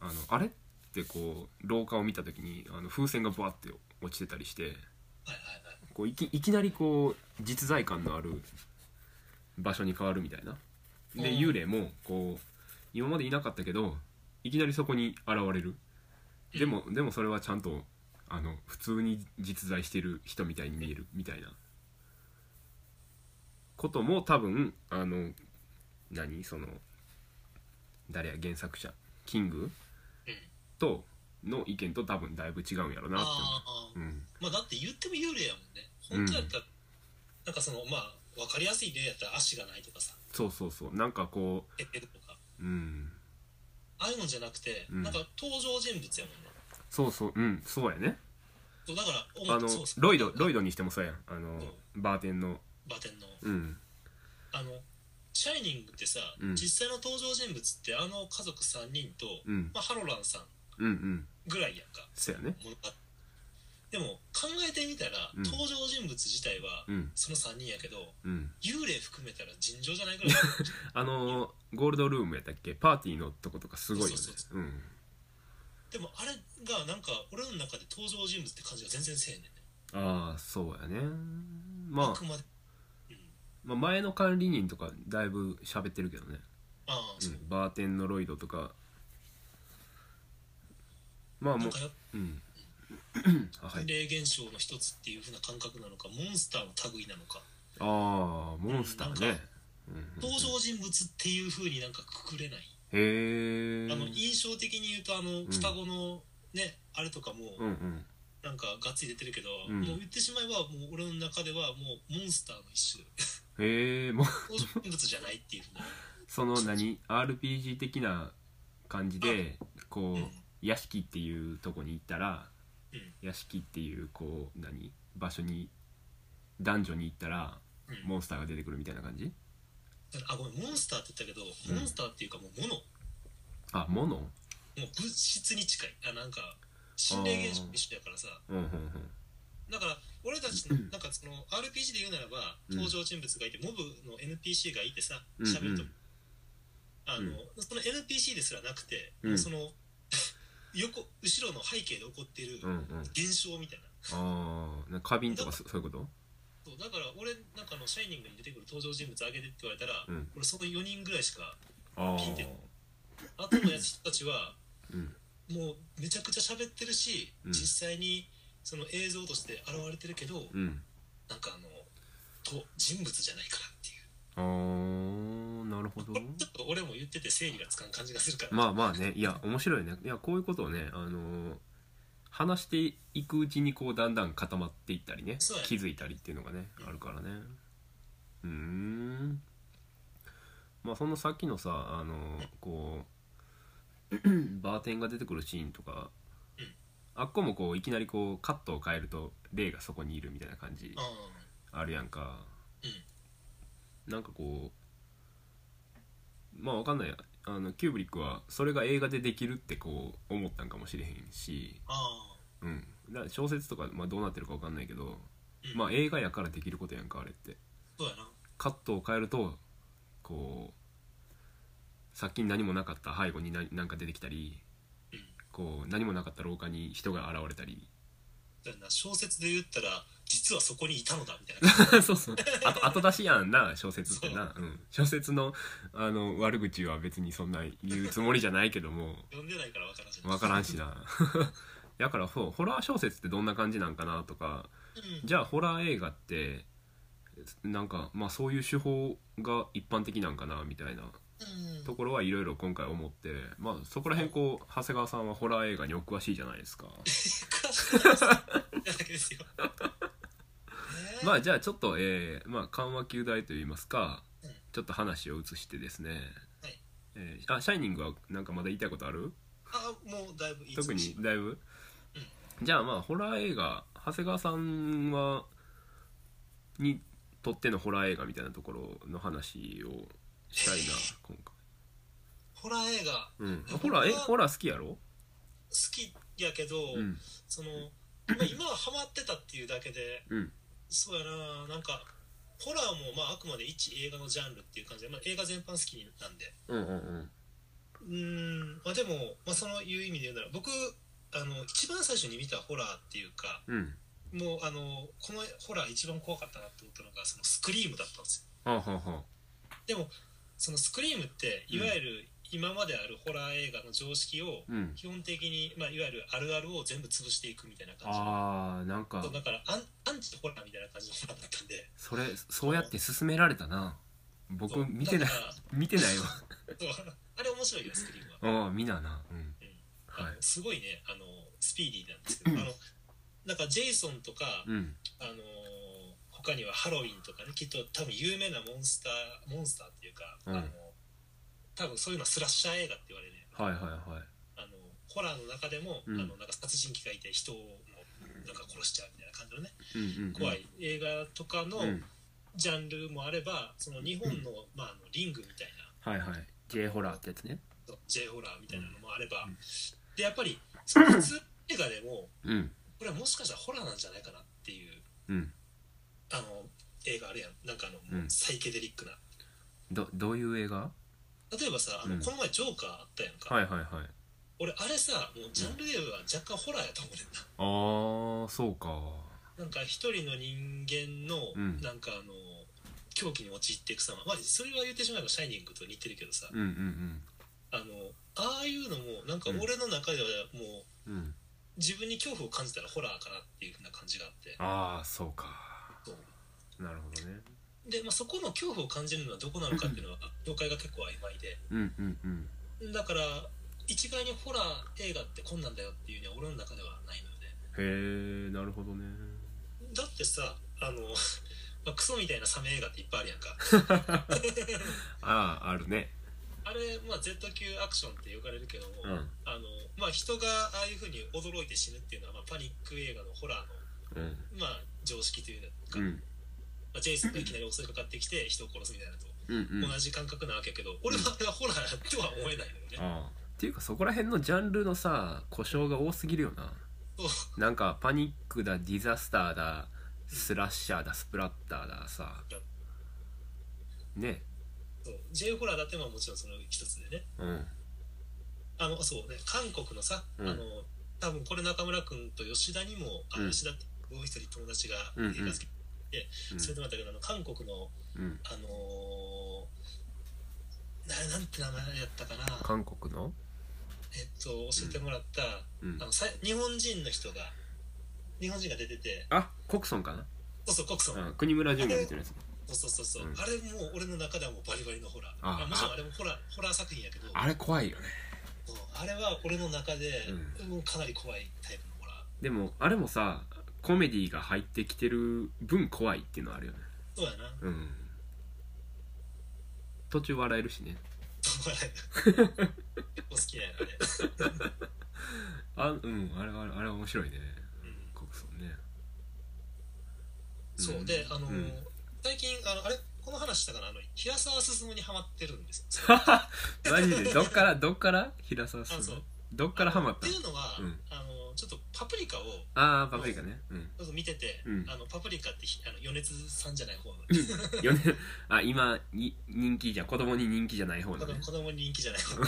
Speaker 1: あのあれってこう廊下を見た時にあの風船がバーって落ちてたりして
Speaker 2: はいはいはい
Speaker 1: こういきいきなりこう実在感のある場所に変わるみたいなで
Speaker 2: うん
Speaker 1: 幽霊もこう今までいなかったけどいきなりそこに現れるでもでもそれはちゃんとあの普通に実在してる人みたいに見えるみたいなことも多分あの何その誰や原作者キング
Speaker 2: うん
Speaker 1: との意見と多分だいぶ違うんやろなって
Speaker 2: ああ
Speaker 1: 思う、うん、
Speaker 2: まあだって言っても幽霊やもんね本当やったら、なんかそのまあ分かりやすい例やったら足がないとかさ
Speaker 1: そうそうそうなんかこう
Speaker 2: 減ってるとか
Speaker 1: うん
Speaker 2: ああいうのじゃなくて、
Speaker 1: うん
Speaker 2: なんか登場人物やもんね
Speaker 1: そうそううんそうやね
Speaker 2: そうだから音
Speaker 1: あ
Speaker 2: 楽
Speaker 1: の
Speaker 2: そうそう
Speaker 1: ロイドロイドにしてもそうやんあのバーテンの
Speaker 2: バテンの
Speaker 1: うん
Speaker 2: あのシャイニングってさ、
Speaker 1: うん
Speaker 2: 実際の登場人物ってあの家族3人と、
Speaker 1: うん
Speaker 2: まあ、ハロランさん
Speaker 1: うんうん
Speaker 2: ぐらいやんか
Speaker 1: そうやね
Speaker 2: 物語でも考えてみたら、
Speaker 1: うん
Speaker 2: 登場人物自体は
Speaker 1: うん
Speaker 2: その3人やけど
Speaker 1: うん
Speaker 2: 幽霊含めたら尋常じゃな いぐらい
Speaker 1: あのゴールドルームやったっけパーティーのとことかすごいよね
Speaker 2: そうそう
Speaker 1: うん
Speaker 2: でもあれがなんか俺の中で登場人物って感じが全然せえへんねんね
Speaker 1: ああそうやね
Speaker 2: あ
Speaker 1: まあ
Speaker 2: くまでうん
Speaker 1: まあ前の管理人とかだいぶ喋ってるけどね、
Speaker 2: ああ
Speaker 1: う
Speaker 2: そう、
Speaker 1: ん、バーテンのロイドとかまあ
Speaker 2: な
Speaker 1: も
Speaker 2: ん
Speaker 1: う
Speaker 2: かやっ
Speaker 1: うんあ
Speaker 2: ぱ
Speaker 1: はい
Speaker 2: 霊現象の一つっていう風な感覚なのかモンスターの類なのか
Speaker 1: ああモンスターねうんうんうん
Speaker 2: 登場人物っていう風になんかくくれない、
Speaker 1: へえ
Speaker 2: あの印象的に言うとあの双子のね、あれとかも
Speaker 1: うんうん
Speaker 2: なんかがっつり出てるけど、
Speaker 1: うん
Speaker 2: もう言ってしまえばもう俺の中ではもうモンスターの一種
Speaker 1: へえもう
Speaker 2: 登場人物じゃないっていう風な
Speaker 1: その何 RPG 的な感じでこう、
Speaker 2: うん
Speaker 1: 屋敷っていうとこに行ったら
Speaker 2: うん
Speaker 1: 屋敷っていうこう何場所に男女に行ったら
Speaker 2: うん
Speaker 1: モンスターが出てくるみたいな感じ
Speaker 2: あごめんモンスターって言ったけど、
Speaker 1: うん
Speaker 2: モンスターっていうかもうモノ
Speaker 1: あモノ
Speaker 2: もう物質に近いあなんか心霊現象と一緒やからさ
Speaker 1: うんうん
Speaker 2: だから俺たちのなんかその RPG で言うならば
Speaker 1: うん
Speaker 2: 登場人物がいて、モブの NPC がいてさ
Speaker 1: うんうん
Speaker 2: 喋ると、あ
Speaker 1: うん
Speaker 2: のその NPC ですらなくて、
Speaker 1: うん
Speaker 2: その 横後ろの背景で起こっている
Speaker 1: うんうん
Speaker 2: 現象みたいな、
Speaker 1: ああ花瓶とかそそういうこと
Speaker 2: そうだから俺なんかの「シャイニング」に出てくる登場人物あげてって言われたら、
Speaker 1: うん
Speaker 2: 俺その4人ぐらいしか
Speaker 1: ああ
Speaker 2: 聞いてるあとのやつ人たちは
Speaker 1: うん
Speaker 2: もうめちゃくちゃ喋ってるし、
Speaker 1: うん
Speaker 2: 実際にその映像として現れてるけど、
Speaker 1: うん
Speaker 2: なんかあのと人物じゃないからっていう
Speaker 1: ああなるほど
Speaker 2: これちょっと俺も言ってて整理がつかん感じがするから、
Speaker 1: まあまあねいや面白いねいやこういうことをねあのー話していくうちにこうだんだん固まっていったりね
Speaker 2: そうやね
Speaker 1: 気づいたりっていうのがねあるからねうーんまあそのさっきのさあのーこう バーテンが出てくるシーンとか
Speaker 2: うん
Speaker 1: あっこもこういきなりこうカットを変えると霊がそこにいるみたいな感じ
Speaker 2: あ
Speaker 1: あるやんか
Speaker 2: うん
Speaker 1: なんかこうまあわかんないあのキューブリックはそれが映画でできるってこう思ったんかもしれへんし、
Speaker 2: ああ
Speaker 1: うん、だから小説とか、まあ、どうなってるかわかんないけど、
Speaker 2: うん
Speaker 1: まあ映画やからできることやんかあれって
Speaker 2: そうやな
Speaker 1: カットを変えるとこうさっきに何もなかった背後に何なんか出てきたり
Speaker 2: うん
Speaker 1: こう何もなかった廊下に人が現れたり
Speaker 2: そうやな小説で言ったら実はそこにいたのだみ たいな感
Speaker 1: そうそうあと後出しやんな小説ってな、うん、小説のあの悪口は別にそんな言うつもりじゃないけども
Speaker 2: じ読んでないから分からんし
Speaker 1: 分からんしな だからそうホラー小説ってどんな感じなんかなとか
Speaker 2: うん
Speaker 1: じゃあホラー映画ってなんかまあそういう手法が一般的なんかなみたいな
Speaker 2: うん
Speaker 1: ところはいろいろ今回思ってまあそこら辺こう長谷川さんはホラー映画にお詳しいじゃないですか
Speaker 2: だけで すよえー
Speaker 1: まあじゃあちょっとえーまあ緩和球大といいますか
Speaker 2: うん
Speaker 1: ちょっと話を移してですね
Speaker 2: はい
Speaker 1: えーあシャイニングはなんかまだ言いたいことある
Speaker 2: あもうだいぶいい
Speaker 1: 特にだいぶ、じゃあまあホラー映画長谷川さんはにとってのホラー映画みたいなところの話をしたいな今
Speaker 2: ホラー映画
Speaker 1: 回うんホラーえホラー好きやろ
Speaker 2: 好きやけど、
Speaker 1: うん
Speaker 2: そのまあ今はハマってたっていうだけで
Speaker 1: うん
Speaker 2: そうやななんかホラーもまああくまで一映画のジャンルっていう感じで、まあ、映画全般好きなんで
Speaker 1: うんうんうん
Speaker 2: うーんまあでも、まあ、そのいう意味で言うなら僕あの一番最初に見たホラーっていうか
Speaker 1: うん
Speaker 2: もうあのこのホラー一番怖かったなって思ったのがそのスクリームだったんですよ
Speaker 1: はあはあは
Speaker 2: でもそのスクリームっていわゆる今まであるホラー映画の常識を
Speaker 1: あうん
Speaker 2: 基本的に、まあ、いわゆるあるあるを全部潰していくみたいな感じ
Speaker 1: あーなんか
Speaker 2: そうだからアンアンチホラーみたいな感じのホラーだったんで
Speaker 1: それそうやって勧められたな
Speaker 2: そ
Speaker 1: 僕
Speaker 2: う
Speaker 1: 見てない
Speaker 2: だから
Speaker 1: 見てないわ
Speaker 2: そうあれ面白いよスクリームは
Speaker 1: うん見ななうんは
Speaker 2: あ
Speaker 1: い
Speaker 2: のすごいねあのスピーディーなんですけどあのなんかジェイソンとか、
Speaker 1: うん
Speaker 2: あのー他にはハロウィンとかねきっと多分有名なモンスターモンスターっていうか、
Speaker 1: うん
Speaker 2: あの多分そういうのはスラッシャー映画って言われる
Speaker 1: はいはいはい
Speaker 2: あのホラーの中でも、
Speaker 1: うん
Speaker 2: あのなんか殺人鬼がいて人をなんか殺しちゃうみたいな感じのね
Speaker 1: うんうんうん
Speaker 2: 怖い映画とかの
Speaker 1: うん
Speaker 2: ジャンルもあればその日本の,、まあ、あのリングみたいな
Speaker 1: はいはい J ホラーってやつね
Speaker 2: J ホラーみたいなのもあれば、
Speaker 1: うん
Speaker 2: でやっぱりその普通映画でも
Speaker 1: うん
Speaker 2: これはもしかしたらホラーなんじゃないかなっていう
Speaker 1: うん
Speaker 2: あの映画あるやんなんかあの、
Speaker 1: うん
Speaker 2: サイケデリックな
Speaker 1: どどういう映画
Speaker 2: 例えばさあの、
Speaker 1: うん
Speaker 2: この前ジョーカーあったやんか、
Speaker 1: はいはいはい
Speaker 2: 俺あれさもうジャンルで言えば若干ホラーやと思
Speaker 1: ああ
Speaker 2: うねんな
Speaker 1: そうか
Speaker 2: なんか一人の人間の、
Speaker 1: うん
Speaker 2: なんかあの狂気に陥っていく様まあそれは言ってしまえば「シャイニング」と似てるけどさ
Speaker 1: うんうん
Speaker 2: あのああいうのもなんか俺の中ではもう
Speaker 1: うんうん
Speaker 2: 自分に恐怖を感じたらホラーかなっていう風な感じがあって
Speaker 1: ああそうか
Speaker 2: そう
Speaker 1: なるほどね
Speaker 2: で、まあ、そこの恐怖を感じるのはどこなのかっていうのは業界が結構曖昧で
Speaker 1: うんうんうん
Speaker 2: だから一概にホラー映画ってこんなんだよっていうのは俺の中ではないので
Speaker 1: へえなるほどね
Speaker 2: だってさあの、 まあ、クソみたいなサメ映画っていっぱいあるやんか
Speaker 1: あああるね
Speaker 2: あれ、まあ、Z 級アクションって呼ばれるけども、
Speaker 1: うん
Speaker 2: あのまあ、人がああいうふうに驚いて死ぬっていうのは、まあ、パニック映画のホラーの、
Speaker 1: うん
Speaker 2: まあ、常識というか、
Speaker 1: うん
Speaker 2: まあ、ジェイソンがいきなり襲いかかってきて人を殺すみたいなのと
Speaker 1: うんうん
Speaker 2: 同じ感覚なわけやけど、俺はあれはホラーとは思えないのよね。
Speaker 1: ああっていうかそこら辺のジャンルのさ故障が多すぎるよな
Speaker 2: そう
Speaker 1: なんかパニックだディザスターだスラッシャーだスプラッターださね
Speaker 2: そう J ホラーだってまあもちろんその一つでね
Speaker 1: うん
Speaker 2: あのそうね韓国のさ、
Speaker 1: うん
Speaker 2: あの多分これ中村君と吉田にも、あ
Speaker 1: うん
Speaker 2: 吉田ってもう一人友達が
Speaker 1: うんうん
Speaker 2: 映画好きで、
Speaker 1: うん
Speaker 2: それでまたけどあの韓国の
Speaker 1: うん
Speaker 2: あのーななんて名前やったかな
Speaker 1: 韓国の
Speaker 2: えっと教えてもらった、
Speaker 1: うん
Speaker 2: あのさ日本人の人が日本人が出てて
Speaker 1: あコクソンかな
Speaker 2: そうそうコクソン、
Speaker 1: うん国村淳が出てるやつ
Speaker 2: そうそうそうそう、
Speaker 1: うん
Speaker 2: あれもう俺の中ではもうバリバリのホラー
Speaker 1: あ
Speaker 2: まもちろんあれもホラーホラー作品やけど
Speaker 1: あれ怖いよね
Speaker 2: そうあれは俺の中で、
Speaker 1: う
Speaker 2: もうかなり怖いタイプのホラー
Speaker 1: でもあれもさコメディが入ってきてる分怖いっていうのはあるよね
Speaker 2: そうやな
Speaker 1: うん途中笑えるしね
Speaker 2: お笑い 結構好きだよねあ
Speaker 1: あ
Speaker 2: れ、
Speaker 1: うんあれあれあれ面白いね
Speaker 2: うん
Speaker 1: コクソンね
Speaker 2: そうであのー
Speaker 1: うん
Speaker 2: 最近あのあれこの話したかなあの平沢進にハマってるんですよ
Speaker 1: マジでどっからどっから平沢さん
Speaker 2: あそう
Speaker 1: どっからハマっ
Speaker 2: ったていうのは、
Speaker 1: うん
Speaker 2: あのちょっとパプリカを
Speaker 1: ああパプリカねうん
Speaker 2: ちょっと見てて、
Speaker 1: うん
Speaker 2: あのパプリカってひあの米津さんじゃない方の、
Speaker 1: よねあ今に人気じゃ子供に人気じゃない方
Speaker 2: 子
Speaker 1: だね
Speaker 2: 供子供に人気じゃない方の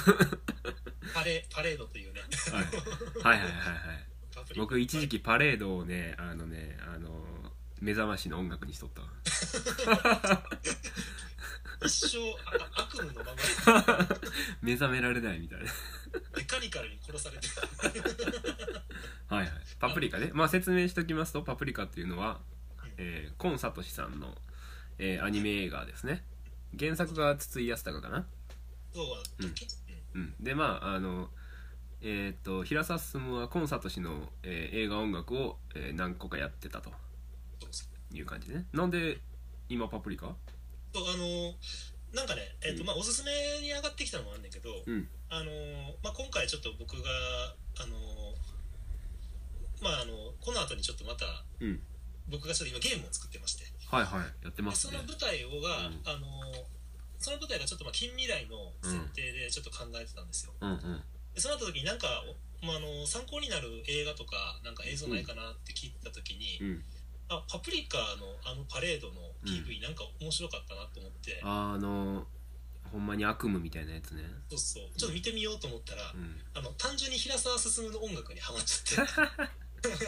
Speaker 2: パレパレードというね
Speaker 1: はいはいはいはいはい
Speaker 2: パプリカ
Speaker 1: 僕一時期パレードをねあのねあの目覚ましの音楽にしとったわ
Speaker 2: 一生あ悪夢のまま
Speaker 1: 目覚められないみた いな
Speaker 2: メカニカルに殺されてる
Speaker 1: はいはいパプリカねまあ説明しときますとパプリカっていうのは、えー、コンサトシさんの、えーアニメ映画ですね原作が筒井康隆かな
Speaker 2: そうは、
Speaker 1: うん
Speaker 2: うん
Speaker 1: うんでまああのえーっと平沢進はコンサート氏の、えー映画音楽を、えー何個かやってたと
Speaker 2: そうそう
Speaker 1: いう感じねなんで今パプリカ
Speaker 2: そうあのなんかね、えっと
Speaker 1: うん
Speaker 2: まあ、おすすめに上がってきたのもあるんだけど、
Speaker 1: うん
Speaker 2: あのまあ、今回ちょっと僕があのまああのこの後にちょっとまた
Speaker 1: うん
Speaker 2: 僕がちょっと今ゲームを作ってまして
Speaker 1: はいはいやってま
Speaker 2: ですそ
Speaker 1: ね
Speaker 2: の舞台をが、
Speaker 1: うん
Speaker 2: あのその舞台がちょっとまあ近未来の設定でちょっと考えてたんですよ、
Speaker 1: うんうん
Speaker 2: でそうなった時になんか、おまあ、あの参考になる映画とかなんか映像ないかなって聞いた時に、
Speaker 1: うん
Speaker 2: あパプリカのあのパレードの PV なんか面白かったなと思って、
Speaker 1: あのほんまに悪夢みたいなやつね
Speaker 2: そうそうちょっと見てみようと思ったら、
Speaker 1: うん
Speaker 2: あの単純に平沢進の音楽にハマっちゃって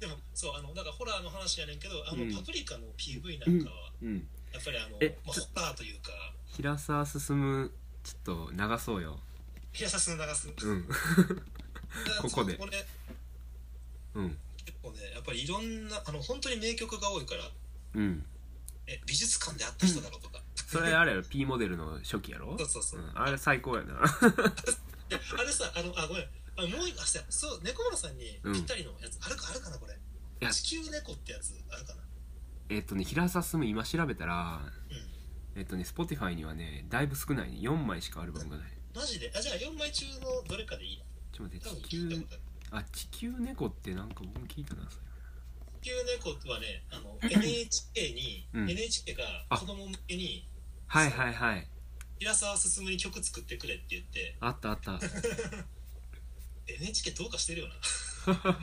Speaker 2: でもそうあのなんかホラーの話やねんけどあの、
Speaker 1: うん
Speaker 2: パプリカの PV なんかは
Speaker 1: うん
Speaker 2: やっぱりあの、
Speaker 1: え
Speaker 2: まあ、
Speaker 1: ち
Speaker 2: ホ
Speaker 1: ょ
Speaker 2: ラーというか
Speaker 1: 平沢進ちょっと流そうよ
Speaker 2: 平沢進流す、
Speaker 1: うんここで
Speaker 2: これ
Speaker 1: うん
Speaker 2: 結構ねやっぱりいろんなあの本当に名曲が多いから
Speaker 1: うん
Speaker 2: え美術館で会った人だろうとか、
Speaker 1: それあれやろ P モデルの初期やろ
Speaker 2: そうそうそう、
Speaker 1: ん、あれ最高やな
Speaker 2: であれさあのあごめんあもう一個あそうやそう猫村さんに
Speaker 1: うん
Speaker 2: ぴったりのやつ、あるかあるかなこれ
Speaker 1: や
Speaker 2: 地球猫ってやつあるかな
Speaker 1: えっとね平沢進今調べたら
Speaker 2: うん
Speaker 1: えっとね、Spotify にはね、だいぶ少ないね。4枚しかアルバムがない。
Speaker 2: マジであじゃあ4枚中のどれかでいいな
Speaker 1: ちょっと待って、
Speaker 2: 多分
Speaker 1: 地
Speaker 2: 聞いた
Speaker 1: 球
Speaker 2: こ、とある
Speaker 1: あ、地球猫ってなんか僕も聞いたな、それ。
Speaker 2: 地球猫はねあの NHK に、
Speaker 1: うん
Speaker 2: NHK が
Speaker 1: あ
Speaker 2: 子供向けに
Speaker 1: はいはいはい。
Speaker 2: 平沢進に曲作ってくれって言って
Speaker 1: あったあった。
Speaker 2: NHK どうかしてるよ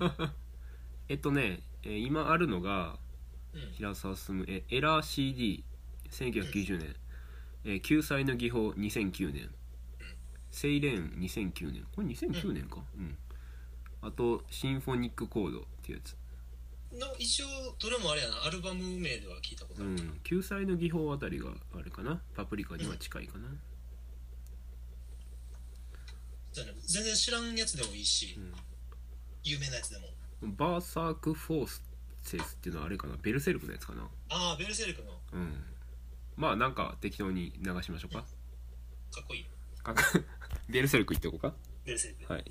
Speaker 2: な
Speaker 1: えっとね、えー今あるのが、
Speaker 2: うん
Speaker 1: 平沢進、え、エラー CD、1990年。えー救済の技法、2009年。セイレーン、2009年。これ2009年か。うん。あと、シンフォニックコードっていうやつ。
Speaker 2: の一応どれもあれやなアルバム名では聞いたこと
Speaker 1: う
Speaker 2: ある、
Speaker 1: ん。救済の技法あたりがあれかな。パプリカには近いかな。
Speaker 2: じゃあね全然知らんやつでもいいし、
Speaker 1: うん
Speaker 2: 有名なやつでも
Speaker 1: バーサーク・フォーセスっていうのはあれかなベルセルクのやつかな
Speaker 2: ああベルセルクの
Speaker 1: うんまあなんか適当に流しましょうか
Speaker 2: かっこいい
Speaker 1: かっこ ベルセルクいっておこうか
Speaker 2: ベルセルク
Speaker 1: はい